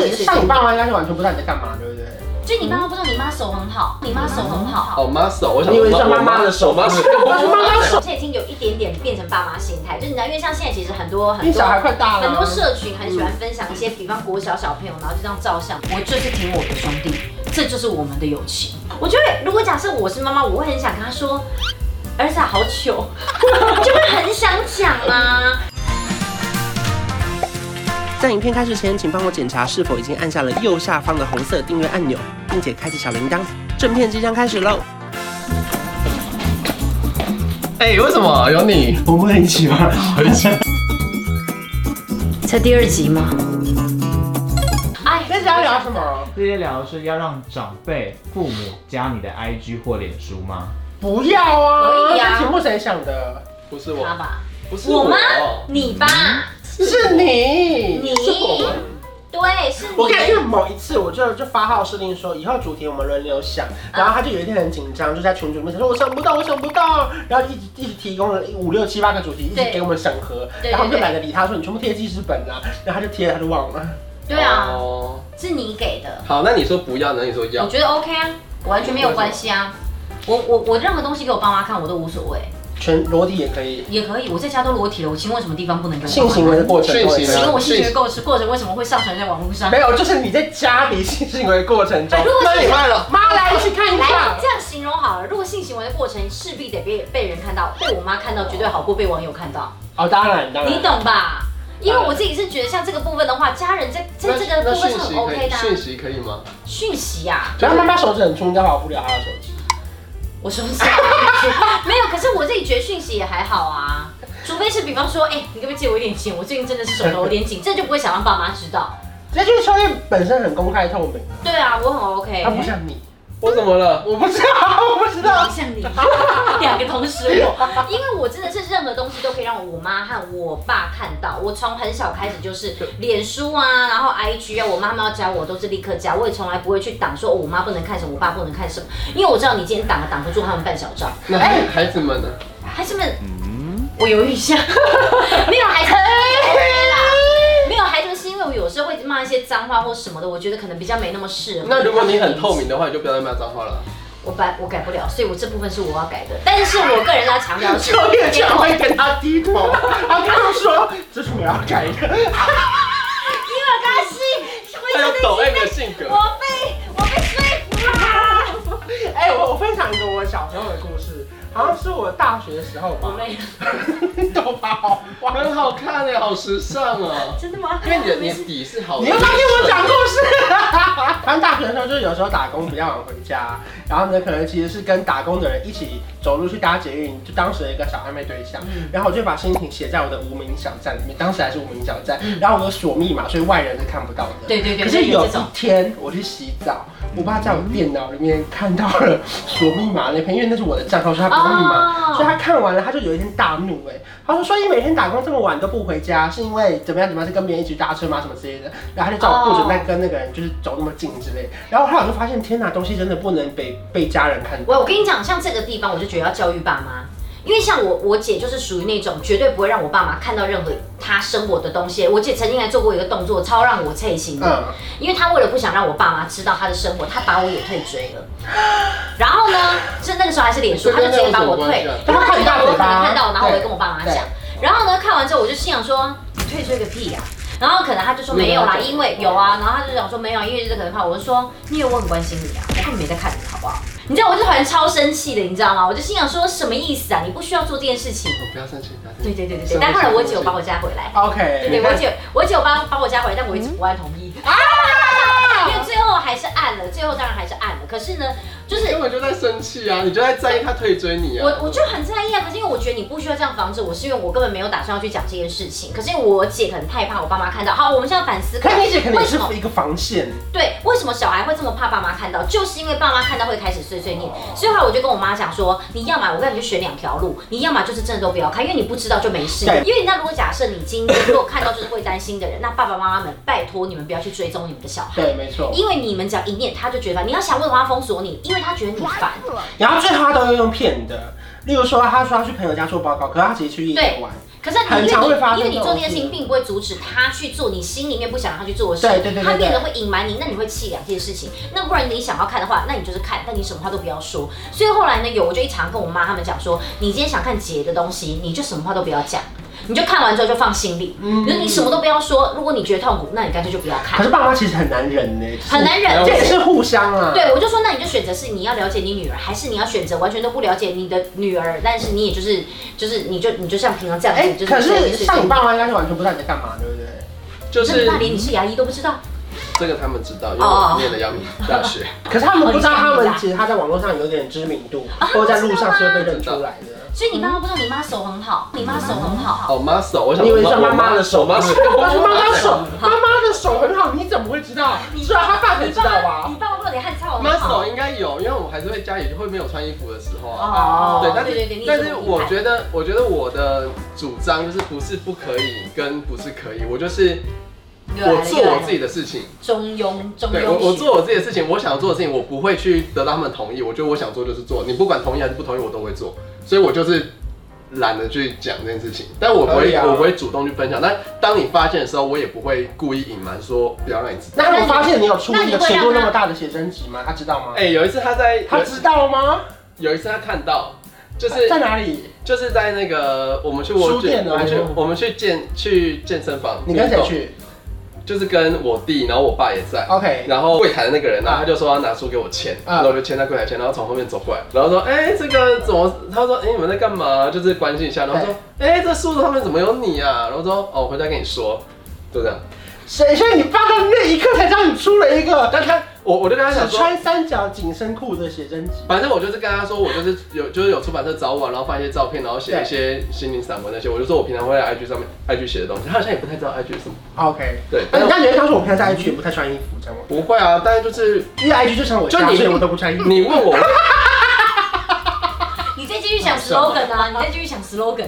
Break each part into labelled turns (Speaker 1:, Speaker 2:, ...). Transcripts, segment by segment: Speaker 1: 也是
Speaker 2: 像你爸妈啊应该就完全不知道你在干嘛，对不对？
Speaker 3: 就你爸妈不知道你妈手很好，你妈手很好。
Speaker 4: 哦妈手，我想
Speaker 2: 你以为是妈妈的手
Speaker 4: 我妈手，
Speaker 3: 嗯现在已经有一点点变成爸妈心态，就你知道，因为像现在其实很多
Speaker 2: 因为
Speaker 3: 很
Speaker 2: 小孩
Speaker 3: 多
Speaker 2: 快大了，
Speaker 3: 很多社群很喜欢分享一些，比方国小小朋友，然后就这样照相。我就是挺我的兄弟，这就是我们的友情。我觉得如果假设我是妈妈，我会很想跟他说，儿子啊好糗， 就会很想讲啊。
Speaker 1: 在影片开始前，请帮我检查是否已经按下了右下方的红色订阅按钮，并且开启小铃铛。正片即将开始喽！
Speaker 4: 哎，为什么有你？
Speaker 1: 我们一起玩。
Speaker 3: 才第二集吗？哎，
Speaker 2: 那是要聊什么？
Speaker 5: 这些聊的是要让长辈、父母加你的 IG 或脸书吗？
Speaker 2: 不要啊！
Speaker 3: 可以啊
Speaker 2: 这题目谁想的？
Speaker 4: 不是
Speaker 3: 他
Speaker 4: 我，
Speaker 3: 吧，
Speaker 4: 不是
Speaker 3: 我
Speaker 4: 我
Speaker 3: 吗？你吧，
Speaker 2: 是你，
Speaker 3: 你
Speaker 2: 是我。
Speaker 3: 对，是你。
Speaker 2: 我跟你讲，因为某一次我就就发号施令说，以后主题我们轮流想，然后他就有一天很紧张，就在群组里面说我想不到，我想不到，然后一直一直提供了五六七八个主题，一直
Speaker 3: 对
Speaker 2: 给我们审核，
Speaker 3: 对
Speaker 2: 然后我就
Speaker 3: 对对
Speaker 2: 懒得理他，说你全部贴记事本啊啦、然后他就贴了，他就忘了。
Speaker 3: 对啊，
Speaker 4: 哦
Speaker 3: 是你给的。
Speaker 4: 好，那你说不要，那你说
Speaker 3: 我
Speaker 4: 要，
Speaker 3: 觉得 OK 啊，我完全没有关系啊。我我我任何东西给我爸妈看我都无所谓，
Speaker 2: 全裸体也可以，
Speaker 3: 也可以。我在家都裸体了，我请问什么地方不能给我爸
Speaker 2: 性
Speaker 3: 妈看
Speaker 2: 行为的过程
Speaker 4: 性
Speaker 2: 中也可以
Speaker 4: 行为
Speaker 3: 请问我性行为过程过程为什么会上传在网络上？
Speaker 2: 没有，就是你在家里性行为过程中
Speaker 3: 哎如，果
Speaker 2: 那
Speaker 3: 是
Speaker 2: 你坏了，妈来一起看一
Speaker 3: 来
Speaker 2: 下，。
Speaker 3: 这样形容好了，如果性行为的过程势必得被被人看到，被我妈看到绝对好过被网友看到，
Speaker 2: 哦，当然当然，
Speaker 3: 你懂吧？因为我自己是觉得像这个部分的话，家人在在这个
Speaker 4: 那
Speaker 3: 部分
Speaker 4: 讯
Speaker 3: 是
Speaker 4: 息
Speaker 3: 很
Speaker 4: 可
Speaker 3: OK
Speaker 4: 以，
Speaker 3: 的啊。
Speaker 4: 讯息可以吗？
Speaker 3: 讯息啊，
Speaker 2: 只要妈妈手指很粗，应该划不了她的手指。
Speaker 3: 我说不是，没有。可是我自己觉得讯息也还好啊，除非是比方说，哎、你可不可以借我一点钱？我最近真的是手头有点紧，这就不会想让爸妈知道。
Speaker 2: 这就是商业本身很公开透明啊，
Speaker 3: 对啊，我很 OK。
Speaker 2: 它不像你，
Speaker 4: 我怎么了？
Speaker 2: 我不知道，我不知道
Speaker 3: 不。像你，两个同时我，因为我真的是任何东西都可以让我妈和我爸看到。我从很小开始就是脸书啊，然后 IG 啊，我妈妈要加我都是立刻加，我也从来不会去挡说、哦我妈不能看什么，我爸不能看什么，因为我知道你今天挡了挡不住他们半小照。
Speaker 4: 那孩孩子们呢？
Speaker 3: 孩子们，
Speaker 4: 嗯
Speaker 3: 我犹豫一下， 没有孩子啦，没有孩子们是因为我有时候会骂一些脏话或什么的，我觉得可能比较没那么适合。
Speaker 4: 那如果你很透明的话，你就不要再骂脏话了。
Speaker 3: 我改我改不了，所以我这部分是我要改的。但是我个人要强调 的是，
Speaker 2: 秋叶居然会跟他低 头，然后跟他说：“这是我要改的。
Speaker 3: 因为刚是我
Speaker 4: 他
Speaker 3: 真
Speaker 4: 有
Speaker 3: 的
Speaker 4: 抖 M 的
Speaker 3: 是
Speaker 4: 性格
Speaker 3: 被，我被我被说服 了。”
Speaker 2: 哎，我我分享一个我小时候的故事，好像是我大学的时候
Speaker 3: 我
Speaker 2: 吧，
Speaker 3: 累了，
Speaker 2: 都把好忘了
Speaker 4: 很好看哎，好时尚哦。
Speaker 3: 真的吗？
Speaker 4: 因为你的你的底是好的，哦
Speaker 2: 你又在听我讲故事？ 反正大学的时候，就是有时候打工比较晚回家，然后呢，可能其实是跟打工的人一起走路去搭捷运，就当时的一个小暧昧对象。
Speaker 3: 嗯
Speaker 2: 然后我就把心情写在我的无名小站里面，当时还是无名小站，然后我都锁密码，所以外人是看不到的。
Speaker 3: 嗯对对对
Speaker 2: 可是有
Speaker 3: 有
Speaker 2: 一
Speaker 3: 这种
Speaker 2: 天我去洗澡，我爸在我电脑里面看到了锁密码那篇，因为那是我的账号，所以他不用密码。所以
Speaker 3: 哦，
Speaker 2: 他看完了，他就有一天大怒哎、他说：“所以你每天打工这么晚都不回家，是因为怎么样怎么样，是跟别人一起搭车吗？什么之类的。”然后他就叫我不准再跟那个人就是走那么近之类。然后后来我就发现，天哪，东西真的不能被被家人看
Speaker 3: 我
Speaker 2: 到。
Speaker 3: 我跟你讲，像这个地方，我就觉得要教育爸妈。因为像我，我姐就是属于那种绝对不会让我爸妈看到任何她生我的东西。我姐曾经还做过一个动作，超让我刺心的。
Speaker 2: 嗯，
Speaker 3: 因为他为了不想让我爸妈知道他的生活，他把我也退追了。然后呢，是那个时候还是脸书，他就直接把我退，然后他知道我可能啊看到，然后我会跟我爸妈讲。然后呢，看完之后我就心想说，你退追个屁呀、然后可能他就说没有啦，因为有啊，然后他就讲说没有，因为这个的话，我就说因为我很关心你啊，我根本没在看你，好不好？你知道我就好像超生气的，你知道吗？我就心想说什么意思啊？你不需要做这件事情。
Speaker 4: 不要生气，不要生
Speaker 3: 对
Speaker 4: 气。
Speaker 3: 对对对对，但后来我姐有把我加回来。对对，
Speaker 2: OK，
Speaker 3: 我姐我姐有帮帮我加回来，但我一直不按同意。因为最后还是按了，最后当然还是按了。可是呢，就是
Speaker 4: 根本就在生气啊，你就在在意他退追你啊。
Speaker 3: 我我就很在意啊。可是因为我觉得你不需要这样防止我，是因为我根本没有打算要去讲这件事情。可是因为我姐可能太怕我爸妈看到。好，我们现在反思，
Speaker 2: 可是你姐肯定
Speaker 3: 为
Speaker 2: 是
Speaker 3: 什么
Speaker 2: 一个防线，
Speaker 3: 对，为什么小孩会这么怕爸妈看到？就是因为爸妈看到会开始碎碎念。所以后来我就跟我妈讲说，你要么我跟你就选两条路，你要么就是真的都不要看，因为你不知道就没事
Speaker 2: 对。
Speaker 3: 因为那如果假设你今天如果看到就是会担心的人，那爸爸妈妈们拜托你们不要去追踪你们的小孩。
Speaker 2: 对，没错。
Speaker 3: 因为你们只要一念，他就觉得你要想办法封锁你，因为他觉得你烦。
Speaker 2: 然后最后他都要用骗的，例如说他说他去朋友家做报告，可是他直接去夜店玩，
Speaker 3: 可是你
Speaker 2: 很
Speaker 3: 因
Speaker 2: 常
Speaker 3: 为
Speaker 2: 会发
Speaker 3: 你因
Speaker 2: 生
Speaker 3: 为你
Speaker 2: 这
Speaker 3: 做
Speaker 2: 种
Speaker 3: 这件事情，并不会阻止他去做你心里面不想让他去做的事，
Speaker 2: 对对对对
Speaker 3: 他变得
Speaker 2: 对
Speaker 3: 会隐瞒你，那你会气两件事情。那不然你想要看的话，那你就是看，但你什么话都不要说。所以后来呢，有我就一常跟我妈他们讲说，你今天想看姐的东西，你就什么话都不要讲。你就看完之后就放心里，你说你什么都不要说。如果你觉得痛苦，那你干脆就不要
Speaker 2: 可
Speaker 3: 看
Speaker 2: 嗯是，爸妈其实很难忍呢，就是
Speaker 3: 很难忍。
Speaker 2: 这也是互相啊。
Speaker 3: 对，我就说，那你就选择是你要了解你女儿，还是你要选择完全都不了解你的女儿？但是你也就是就是你就你就像平常这样子，
Speaker 2: 哎，
Speaker 3: 就
Speaker 2: 可
Speaker 3: 随
Speaker 2: 是
Speaker 3: 便
Speaker 2: 像你爸妈应该是完全不知道你在干嘛，对不对？
Speaker 4: 就
Speaker 3: 真
Speaker 4: 是
Speaker 3: 的大连你是牙医都不知道，
Speaker 4: 这个他们知道，因为
Speaker 3: 哦
Speaker 4: 我念了阳明大学，
Speaker 2: 可是他们不知道，他
Speaker 3: 哦你
Speaker 2: 们
Speaker 3: 看
Speaker 2: 其实他在网络上有点知名度，
Speaker 3: 啊
Speaker 2: 或者在路上是会被认出来的。
Speaker 3: 所以你刚刚不知道你妈手很好，你妈手很好。
Speaker 4: 哦妈手，我想
Speaker 2: 你以为是妈妈的手
Speaker 4: 我
Speaker 2: 吗？
Speaker 4: 妈手，
Speaker 2: 我 说妈妈的手，妈妈的手很好，你怎么会知道？
Speaker 3: 你
Speaker 2: 你知道他爸才知道吧
Speaker 3: 你？爸爸脸汗超
Speaker 4: 妈
Speaker 3: 好
Speaker 4: 手。应该有，因为我还是会家里会没有穿衣服的时候啊。
Speaker 3: 哦
Speaker 4: 对，但
Speaker 3: 对对对
Speaker 4: 是但是我觉得，我觉得我的主张就是不是不可以跟不是可以，我就是
Speaker 3: 啊
Speaker 4: 我做我自己的事情，
Speaker 3: 中庸中
Speaker 4: 对
Speaker 3: 庸
Speaker 4: 我我做我自己的事情，我想做的事情，我不会去得到他们同意，我觉得我想做就是做，你不管同意还是不同意，我都会做，所以我就是懒得去讲这件事情，但我不
Speaker 2: 可以
Speaker 4: 会、
Speaker 2: 啊
Speaker 4: 我不会主动去分享，但当你发现的时候，我也不会故意隐瞒说不要让你知道。
Speaker 2: 那他们发现你有出
Speaker 3: 那
Speaker 2: 一
Speaker 3: 你会
Speaker 2: 个
Speaker 3: 让他
Speaker 2: 写过那么大的写真集吗？他知道吗？
Speaker 4: 哎、有一次他在，
Speaker 2: 他知道吗？
Speaker 4: 有一次他看到，就是
Speaker 2: 在哪里？
Speaker 4: 就是在那个我们去我
Speaker 2: 书店的
Speaker 4: 我们去
Speaker 2: 还是
Speaker 4: 我们去健去健身房，
Speaker 2: 你跟谁
Speaker 4: 运动？
Speaker 2: 去哦
Speaker 4: 就是跟我弟，然后我爸也在。
Speaker 2: ？OK，
Speaker 4: 然后柜台的那个人，然后他就说要拿书给我签，
Speaker 2: 啊
Speaker 4: 然后我就签在柜台签，然后从后面走过来，然后说，哎、这个怎么？他说，哎、你们在干嘛？就是关心一下，然后说，哎、这书上面怎么有你啊？然后说，哦，我回家跟你说，就这样。
Speaker 2: 谁说你爸到那一刻才知道你出了一个
Speaker 4: 但他，我我就跟他讲
Speaker 2: 只
Speaker 4: 说，
Speaker 2: 穿三角紧身裤的写真集？
Speaker 4: 反正我就是跟他说，我就是有就是有出版社找我，然后发一些照片，然后写一些心灵散文那些，我就说我平常会在 IG 上面 IG 写的东西，他好像也不太知道 IG 是什么，
Speaker 2: OK，
Speaker 4: 对，
Speaker 2: 那
Speaker 4: 但
Speaker 2: 你刚觉
Speaker 4: 是
Speaker 2: 得当时我平常在 IG 也不太穿衣服，这样吗？
Speaker 4: 不会啊，但是就是
Speaker 2: 因为 IG 就成我家，
Speaker 4: 就你
Speaker 2: 所以我都不穿衣服。
Speaker 4: 你问我，
Speaker 3: 你再继续想 slogan 啊，你再继续想 slogan。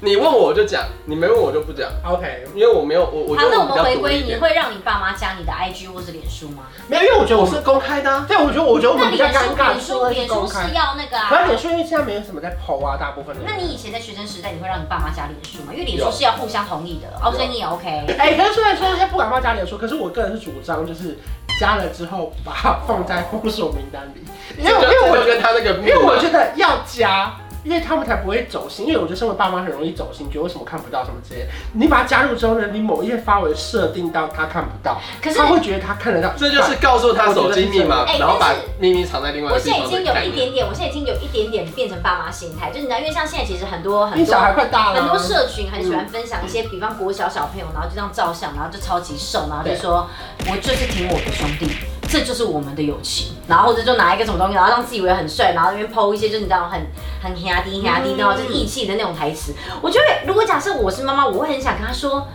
Speaker 4: 你问我就讲，你没问我就不讲，
Speaker 2: 啊 OK，
Speaker 4: 因为我没有我我觉
Speaker 3: 好，
Speaker 4: 得
Speaker 3: 那我
Speaker 4: 我比
Speaker 3: 们
Speaker 4: 较
Speaker 3: 回
Speaker 4: 独立
Speaker 3: 归，
Speaker 4: 一
Speaker 3: 你
Speaker 4: 点。
Speaker 3: 会让你爸妈加你的 IG 或是脸书吗？
Speaker 2: 没有，因为我觉得我
Speaker 4: 我
Speaker 2: 们
Speaker 4: 是，公开的、啊，
Speaker 2: 对，我觉得我觉得我
Speaker 3: 那
Speaker 2: 们比较
Speaker 3: 脸
Speaker 2: 尴
Speaker 3: 书
Speaker 2: 尬，
Speaker 3: 脸
Speaker 2: 是
Speaker 3: 书
Speaker 2: 会是
Speaker 3: 脸
Speaker 2: 公
Speaker 3: 书
Speaker 2: 开
Speaker 3: 是。要那个
Speaker 2: 可是
Speaker 3: 啊。
Speaker 2: 脸书因为现在没有什么在 PO 啊，大部分的人。
Speaker 3: 那你以前在学生时代，你会让你爸妈加脸书吗？因为脸书
Speaker 4: 有
Speaker 3: 是要互相同意的哦，所以你也 OK。
Speaker 2: 哎、可是虽然说人家不敢放加脸书，可是我个人是主张就是加了之后把它放在封锁名单 里，因为因为我
Speaker 4: 就跟他那个，
Speaker 2: 因为我觉得要加，因为他们才不会走心。因为我觉得身为爸妈很容易走心，觉得为什么看不到什么之类的。你把它加入之后呢，你某一些发文设定到他看不到，
Speaker 3: 可是
Speaker 2: 他会觉得他看得到。
Speaker 4: 这就是告诉他手机密码，
Speaker 3: 哎
Speaker 4: 然后把
Speaker 3: 但是
Speaker 4: 秘密藏在另外
Speaker 3: 我
Speaker 4: 的地
Speaker 3: 现在
Speaker 4: 方
Speaker 3: 已经
Speaker 4: 的
Speaker 3: 有
Speaker 4: 概
Speaker 3: 一
Speaker 4: 念。
Speaker 3: 点点，我现在已经有一点点变成爸妈心态，就是你知道，因为像现在其实很多很
Speaker 2: 你小
Speaker 3: 多
Speaker 2: 孩快大了，
Speaker 3: 很多社群很喜欢分享一些，比方国小小朋友，然后就这样照相，然后就超级瘦，然后就说我就是挺我的兄弟，这就是我们的友情，然后或者就拿一个什么东西，然后让自己以为很帅，然后那边 PO 一些就是你知道很很嗲滴嗲滴，然后就是义气的那种台词。我觉得如果假设我是妈妈，我会很想跟他说。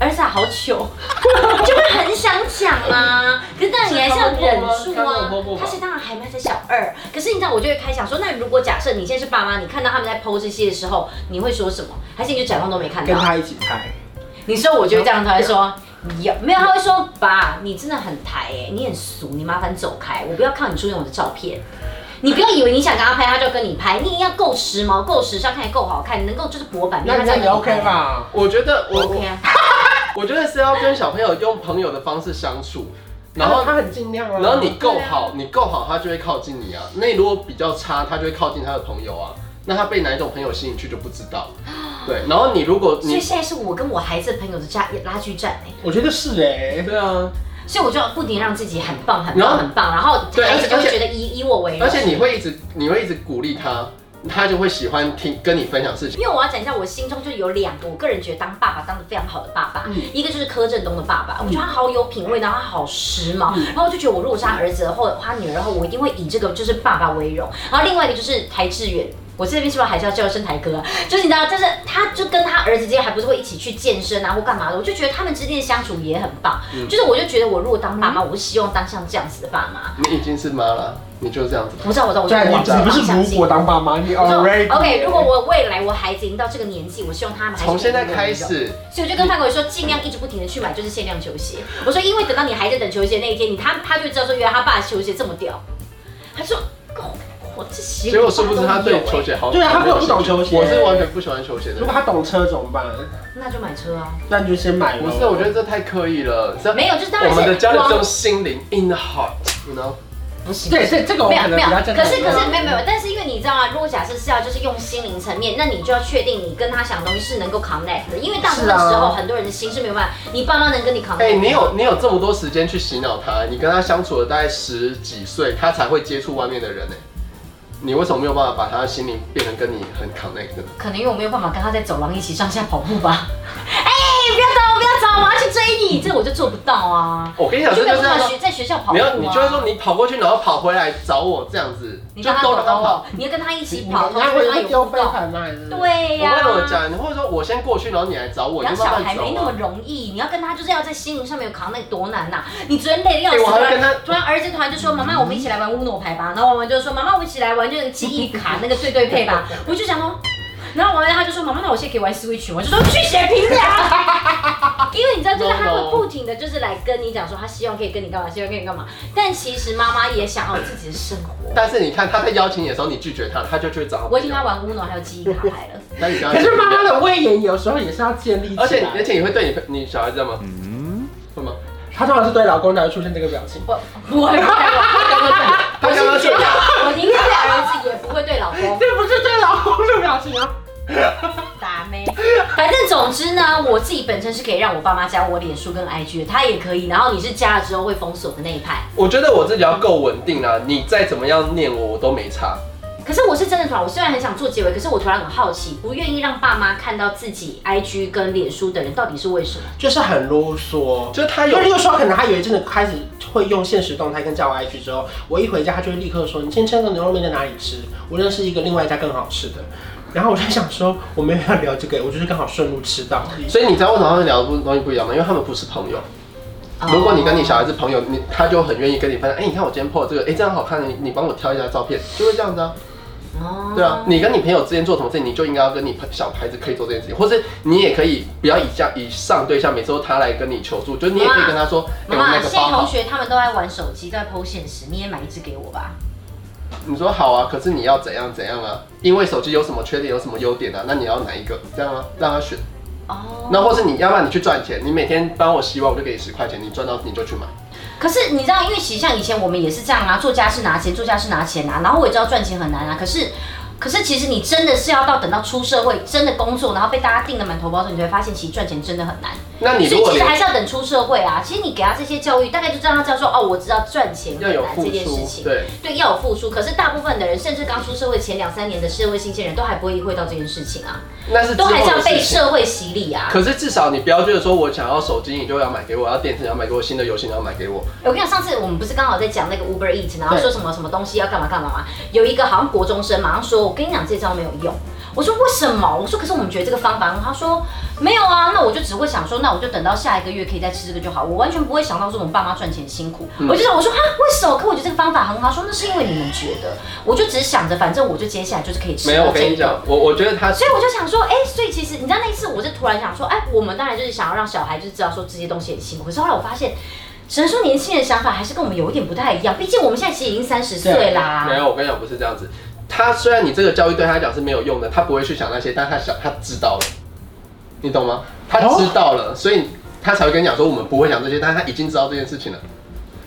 Speaker 3: 儿子啊，好糗， 就会很想讲啊。可是但你还是要忍住啊。他是当然还没在小二，可是你知道，我就会开想说，那如果假设你现在是爸妈，你看到他们在 PO 这些的时候，你会说什么？还是你就假装都没看
Speaker 2: 跟
Speaker 3: 到？
Speaker 2: 他一起拍。
Speaker 3: 你说我就会这样，他会说。有没有？他会说爸，你真的很抬哎、你很俗，你麻烦走开，我不要看你出现我的照片。你不要以为你想跟他拍，他就跟你拍，你也要够时髦、够时尚，看起来够好看，你能够就是博版面。
Speaker 2: 那
Speaker 3: 他
Speaker 2: 那
Speaker 3: 才
Speaker 2: 你 OK 吧？
Speaker 4: 我觉得我
Speaker 3: ？OK
Speaker 4: 我
Speaker 3: 啊，
Speaker 4: 我觉得是要跟小朋友用朋友的方式相处，然后
Speaker 2: 他很尽量啊。
Speaker 4: 然后你够好，你够好，他就会靠近你啊。那你如果比较差，他就会靠近他的朋友啊。那他被哪一种朋友吸引去就不知 道。对，然后你如果
Speaker 3: 所以
Speaker 4: 你
Speaker 3: 现在是我跟我孩子的朋友的加拉锯战哎、
Speaker 2: 我觉得是哎、
Speaker 4: 对啊，
Speaker 3: 所以我就要不停让自己很棒、很
Speaker 4: 然
Speaker 3: 棒、
Speaker 4: 后
Speaker 3: 很棒，然后
Speaker 4: 对
Speaker 3: 孩
Speaker 4: 而
Speaker 3: 子
Speaker 4: 且
Speaker 3: 就会
Speaker 4: 而且
Speaker 3: 觉得以以我为荣
Speaker 4: 而。且你会一直你会一直鼓励他，他就会喜欢听跟你分享事情。
Speaker 3: 因为我要讲一下，我心中就有两个，我个人觉得当爸爸当的非常好的爸爸，一个就是柯震东的爸爸，我觉得他好有品味，然后他好时髦，然后我就觉得我如果是他儿子或者他女儿的话，我一定会以这个就是爸爸为荣。然后另外一个就是台志远。我这边是不是还是要叫声台哥啊？就是你知道，就是他就跟他儿子之间还不是会一起去健身啊或干嘛的，我就觉得他们之间的相处也很棒。就是我就觉得我如果当爸妈，我会希望当像这样子的爸妈。
Speaker 4: 你已经是妈了，你就这样子。
Speaker 3: 我知道，我知道，我就
Speaker 2: 对，你
Speaker 3: 往这个
Speaker 2: 你不
Speaker 3: 方向
Speaker 2: 是如
Speaker 3: 进
Speaker 2: 果当爸妈，你
Speaker 3: 我说
Speaker 2: already
Speaker 3: OK，如果我未来我孩子已经到这个年纪，我希望他们还是
Speaker 4: 从现在
Speaker 3: 可以
Speaker 4: 开
Speaker 3: 用，
Speaker 4: 始，
Speaker 3: 所以我就跟范国说，尽量一直不停的去买，就是限量球鞋。我说，因为等到你孩子等球鞋那一天，你他他就会知道说，原来他爸的球鞋这么屌。他说，够我这喜
Speaker 4: 结果殊不知他对球鞋好，
Speaker 2: 对啊他根本
Speaker 4: 有
Speaker 2: 不懂球鞋
Speaker 4: 我是完全不喜欢球鞋的
Speaker 2: 如。果他懂车怎么办？
Speaker 3: 那就买车啊，
Speaker 2: 那你就先买咯。
Speaker 4: 不是，我觉得这太刻意了。这
Speaker 3: 没有，就是当
Speaker 4: 我
Speaker 3: 然
Speaker 4: 们的
Speaker 3: 是
Speaker 4: 家里这
Speaker 3: 往
Speaker 4: 种心灵 in the heart，you know。
Speaker 3: 不行。
Speaker 2: 对，这这个我
Speaker 3: 没有
Speaker 2: 可能
Speaker 3: 没有
Speaker 2: 比较，正常。
Speaker 3: 可是可是没有没有，但是因为你知道吗？如果假设是要就是用心灵层面，那你就要确定你跟他想的东西是能够 connect 的，因为大部分时
Speaker 2: 是啊
Speaker 3: 候很多人的心是没有办法，你爸妈能跟你 connect。
Speaker 4: 哎、你有你有这么多时间去洗脑他，你跟他相处了大概十几岁，他才会接触外面的人呢、你为什么没有办法把他的心灵变成跟你很 connect 呢？
Speaker 3: 可能因为我没有办法跟他在走廊一起上下跑步吧。 哎、不要找我，不要找我，我要去追你，这我就做不到啊。
Speaker 4: 我跟你
Speaker 3: 我
Speaker 4: 讲，
Speaker 3: 就
Speaker 4: 这
Speaker 3: 没有
Speaker 4: 就是
Speaker 3: 办
Speaker 4: 要
Speaker 3: 法
Speaker 4: 说
Speaker 3: 学在学校跑步、
Speaker 4: 你
Speaker 3: 啊。
Speaker 4: 要你就会说你跑过去，然后跑回来找我这样子，
Speaker 3: 你
Speaker 4: 就
Speaker 3: 让他
Speaker 4: 都
Speaker 3: 走
Speaker 4: 让他
Speaker 3: 到
Speaker 4: 跑
Speaker 3: 我。，你要跟他一起
Speaker 2: 你
Speaker 3: 跑，同
Speaker 2: 那
Speaker 3: 时
Speaker 2: 会
Speaker 3: 让他
Speaker 2: 会
Speaker 3: 有
Speaker 2: 丢
Speaker 3: 互
Speaker 2: 飞
Speaker 3: 动。
Speaker 2: 盘啊卖是不是？
Speaker 3: 对
Speaker 4: 我
Speaker 3: 呀、
Speaker 4: 为什么讲？你或者说我先过去，然后你来找我，你
Speaker 3: 养
Speaker 4: 就
Speaker 3: 小
Speaker 4: 慢
Speaker 3: 孩
Speaker 4: 慢
Speaker 3: 没那
Speaker 4: 走
Speaker 3: 么
Speaker 4: 啊。
Speaker 3: 容易，你要跟他就是要在心灵上面有扛，那多难呐、你昨天累得要
Speaker 4: 哎
Speaker 3: 死，
Speaker 4: 我还会跟他
Speaker 3: 突然儿子突然就说：“妈妈，我们一起来玩乌诺牌吧。”然后我们就说：“妈妈，我们一起来玩就是记忆卡那个对对配吧。”我就想说，然后完了他就说：“妈妈，那我先给玩 Switch。”我就说：“去血瓶呀！”啊因为你知道，就是他
Speaker 4: No,
Speaker 3: 会
Speaker 4: no
Speaker 3: 不停的就是来跟你讲说，他希望可以跟你干嘛，希望跟你干嘛。但其实妈妈也想要有自己的生活。
Speaker 4: 但是你看他在邀请你的时候，你拒绝他，他就去找。
Speaker 3: 我已经跟他，玩乌诺还有记忆卡牌了。
Speaker 4: 那你刚
Speaker 2: 可是妈妈，的威严有时候也是要建立起来。
Speaker 4: 而且你而且你会对你你小孩子这样吗？
Speaker 5: 嗯，
Speaker 4: 会吗？
Speaker 2: 她通常是对老公才会出现这个表情。
Speaker 3: 我我我
Speaker 4: 他刚刚是
Speaker 3: 我宁愿对儿子也不会对老公。
Speaker 2: 这不是对老公的表情啊！
Speaker 3: 打妹。反正总之呢，我自己本身是可以让我爸妈加我脸书跟 IG 的，他也可以。然后你是加了之后会封锁的那一派。
Speaker 4: 我觉得我自己要够稳定啦、你再怎么样念我，我都没差。
Speaker 3: 可是我是真的突然，我虽然很想做结尾，可是我突然很好奇，不愿意让爸妈看到自己 IG 跟脸书的人到底是为什么？
Speaker 2: 就是很啰嗦，
Speaker 4: 就是他有
Speaker 2: 就，例如说，可能他有一阵子开始会用现实动态跟叫我 IG 之后，我一回家，他就会立刻说：“你今天吃的牛肉面在哪里吃？我认识一个另外一家更好吃的。” 然后我就想说，我没有要聊这个，我就是刚好顺路吃到。
Speaker 4: 所以你知道为什么他们聊的不东西不一样吗？因为他们不是朋友。
Speaker 3: 哦
Speaker 4: 如果你跟你小孩子朋友，你他就很愿意跟你分享。哎、你看我今天 po 这个，哎、这样好看，你你帮我挑一下照片，就会这样子啊。
Speaker 3: 哦
Speaker 4: 对啊，你跟你朋友之间做什么事情，你就应该要跟你朋小孩子可以做这件事情，或是你也可以不要以下以上对象每次都他来跟你求助，就是你也可以跟他说，哎、
Speaker 3: 妈
Speaker 4: 我们
Speaker 3: 妈，
Speaker 4: 那个
Speaker 3: 现
Speaker 4: 包
Speaker 3: 在同
Speaker 4: 好。
Speaker 3: 学他们都在玩手机，都在 PO 现实，你也买一支给我吧。
Speaker 4: 你说好啊，可是你要怎样怎样啊？因为手机有什么缺点，有什么优点啊？那你要哪一个？这样啊，让他选。
Speaker 3: 哦
Speaker 4: 那或是你要不然你去赚钱，你每天帮我洗碗，我就给你十块钱，你赚到你就去买。
Speaker 3: 可是你知道，因为其实像以前我们也是这样啊，做家事拿钱，做家事拿钱啊，然后我也知道赚钱很难啊，可是。可是其实你真的是要到等到出社会，真的工作，然后被大家定的满头包的时候，你就会发现其实赚钱真的很难。
Speaker 4: 那你
Speaker 3: 所
Speaker 4: 如
Speaker 3: 以
Speaker 4: 果
Speaker 3: 其实
Speaker 4: 连
Speaker 3: 还是要等出社会啊。其实你给他这些教育，大概就让他知道说，哦，我知道赚钱
Speaker 4: 要
Speaker 3: 很
Speaker 4: 有
Speaker 3: 难
Speaker 4: 付
Speaker 3: 这件事
Speaker 4: 出，
Speaker 3: 情，
Speaker 4: 对，
Speaker 3: 对，要有付出。可是大部分的人，甚至刚出社会前两三年的社会新鲜人都还不会意会到这件事情啊，
Speaker 4: 那是之
Speaker 3: 都
Speaker 4: 后
Speaker 3: 还是要
Speaker 4: 的
Speaker 3: 被
Speaker 4: 事情。
Speaker 3: 社会洗礼啊。
Speaker 4: 可是至少你不要觉得说我想要手机，你就要买给我；要电视，你要买给我；新的游戏，你要买给我。
Speaker 3: 我跟你讲，上次我们不是刚好在讲那个 Uber Eat，然后
Speaker 2: 对
Speaker 3: 说什么什么东西要干嘛干嘛嘛，有一个好像国中生马上说，我跟你讲这招没有用。我说为什么？我说可是我们觉得这个方法很好，他说没有啊，那我就只会想说，那我就等到下一个月可以再吃这个就好，我完全不会想到说我们爸妈赚钱辛苦。
Speaker 4: 嗯
Speaker 3: 我就想我说哈啊为什么？可我觉得这个方法很好，说那是因为你们觉得，我就只是想着反正我就接下来就是可啊以吃。
Speaker 4: 没有，我跟你，讲，我我觉得他
Speaker 3: 所以我就想说，哎、所以其实你知道那一次，我是突然想说，哎、我们当然就是想要让小孩就是知道说这些东西很辛苦。可是后来我发现，只能说年轻人的想法还是跟我们有一点不太一样。毕竟我们现在其实已经三十岁
Speaker 4: 没
Speaker 3: 啦。
Speaker 4: 有，我跟你讲不是这样子。他虽然你这个教育对他来讲是没有用的，他不会去想那些，但他想他知道了，你懂
Speaker 3: 哦
Speaker 4: 吗？他知道了，所以他才会跟你讲说我们不会想这些，但是他已经知道这件事情了。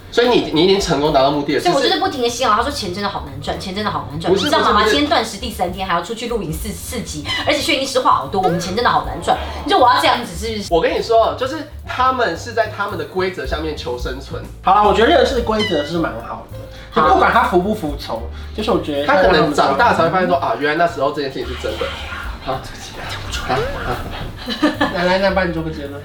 Speaker 4: 所以你你已经成功达到目的了，
Speaker 3: 所以我就
Speaker 4: 只
Speaker 3: 是不停的洗脑，他说钱真的好难赚，钱真的好难赚。
Speaker 4: 不
Speaker 3: 你
Speaker 4: 是
Speaker 3: 知道
Speaker 4: 不是
Speaker 3: 妈妈
Speaker 4: 不是
Speaker 3: 今天断食第三天还要出去露营四四集，而且确定是话好多，我们钱真的好难赚。你说我要这样子是不是？
Speaker 4: 我跟你说，就是他们是在他们的规则下面求生存，
Speaker 2: 好了，我觉得认识规则是蛮好的，就
Speaker 3: 好
Speaker 2: 不管他服不服从，就是我觉得
Speaker 4: 他可能长大才会发
Speaker 2: 现。
Speaker 4: 现说啊，原来那时候这件事情是真的。好，
Speaker 2: 来来，那帮你做个结论。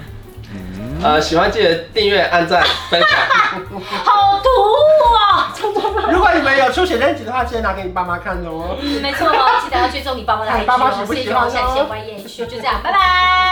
Speaker 4: 呃，喜欢记得订阅、按赞、分享。
Speaker 3: 好突兀啊！
Speaker 2: 如果你们有出写真集的话，记得拿给你爸妈看哦。
Speaker 3: 没错哦，记得要追踪你爸妈的 IG
Speaker 2: 爸妈
Speaker 3: 哦
Speaker 2: 喜。不
Speaker 3: 所以
Speaker 2: 喜
Speaker 3: 就
Speaker 2: 欢
Speaker 3: 好
Speaker 2: 哦
Speaker 3: 想先玩演区，就这样，拜拜。